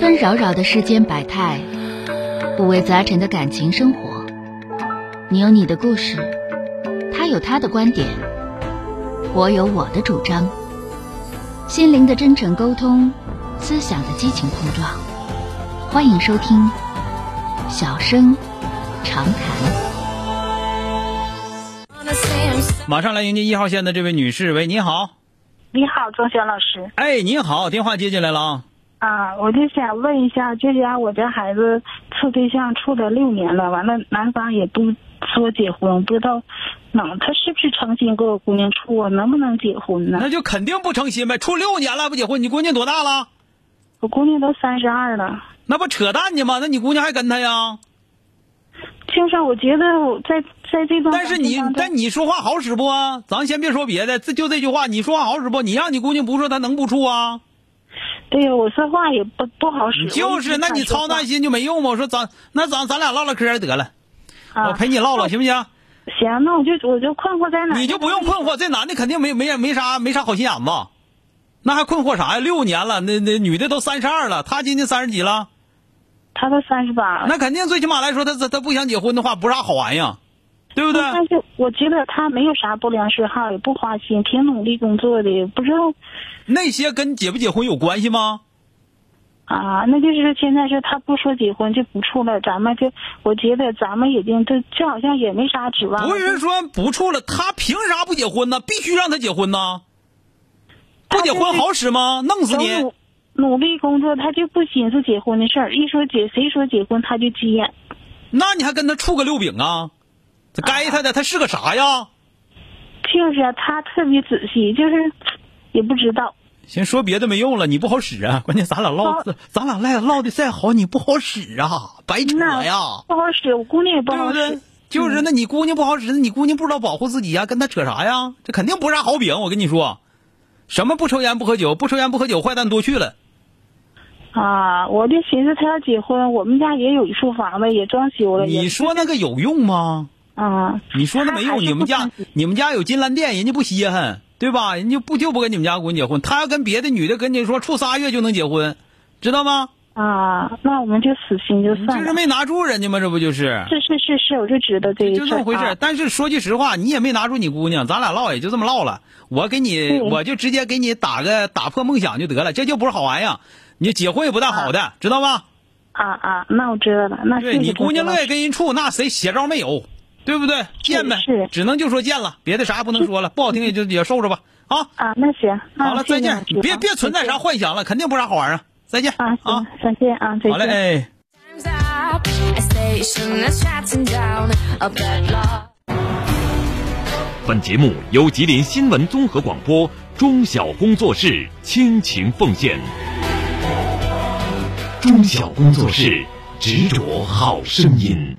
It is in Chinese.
纷扰扰的世间百态，五味杂陈的感情生活。你有你的故事，他有他的观点，我有我的主张。心灵的真诚沟通，思想的激情碰撞。欢迎收听《小声长谈》。马上来迎接一号线的这位女士，喂，你好，你好，钟轩老师。哎，你好，电话接进来了啊，啊，我就想问一下，这家我家孩子处对象处了六年了，完了男方也不说结婚，不知道能他是不是诚心跟我姑娘处啊？能不能结婚呢？那就肯定不诚心呗，处六年了不结婚，你姑娘多大了？我姑娘都三十二了，那不扯淡呢吗？那你姑娘还跟他呀？就是我觉得我在在这段但是你感情当中但你说话好使不啊？咱先别说别的，这就这句话，你说话好使不？你让你姑娘不说，她能不处啊？对呀，我说话也不不好使，就嗯我是，也不那你敢说操话那心就没用嘛。我说咱那咱咱俩唠唠嗑得了，啊我陪你唠唠行不行？行，那我就我就困惑在哪？你就不用困惑，这男的肯定没没没啥没啥好心眼子，那还困惑啥呀？六年了，那那女的都三十二了，他今年三十几了，他都三十八了，那肯定最起码来说，他他他不想结婚的话，不是啥好玩意儿，对不对？但是我觉得他没有啥不良嗜好，也不花心，挺努力工作的，也不知道那些跟结不结婚有关系吗？啊，那就是现在是他不说结婚就不处了，咱们就我觉得咱们已经对这好像也没啥指望了。不是说不处了，他凭啥不结婚呢？必须让他结婚呢？不结婚好使吗？弄死都你！努努力工作，他就不寻思结婚的事儿。一说结，谁说结婚他就急眼。那你还跟他处个六饼啊？这该啊他的，他是个啥呀？就是啊，他特别仔细，就是也不知道。先说别的没用了，你不好使啊！关键咱俩唠好，咱俩赖唠的再好，你不好使啊，白扯那呀，不好使，我姑娘也不对好不使。嗯对？就是那你姑娘不好使，你姑娘不知道保护自己呀、跟她扯啥呀？这肯定不是啥好饼，我跟你说，什么不抽烟不喝酒，不抽烟不喝酒，坏蛋多去了。啊，我就寻思他要结婚，我们家也有一处房子，也装修了。也你说那个有用吗？啊，你说那没他还用，是你们不家相信你们家有金兰店，人家不稀罕，对吧？人家不就不跟你们家姑娘结婚，他要跟别的女的跟你说处仨月就能结婚，知道吗？啊，那我们就死心就你这算是了。没拿住人家吗？这不就是？是是是是，我就知道这一就这么回事儿。啊但是说句实话，你也没拿住你姑娘，咱俩唠也就这么唠了。我给你，对我就直接给你打个打破梦想就得了，这就不是好玩意儿。你结婚也不大好的，知道吧？啊啊，那我知道了，那谢对谢你同姑学娘老乐师意跟人处，那谁邪招没有？对不对？见呗是，只能就说见了，别的啥也不能说了，不好听也就也受着吧。啊，啊，那行，那好了，谢再谢见老，师别啊别存在再见啥幻想了，肯定不是啥好玩意儿。再见啊，行，再见啊，再见。好嘞，哎。 Time's up. A station that's shutting down. A bad luck. 本节目由吉林新闻综合广播中小工作室倾情奉献。中小工作室执着好声音。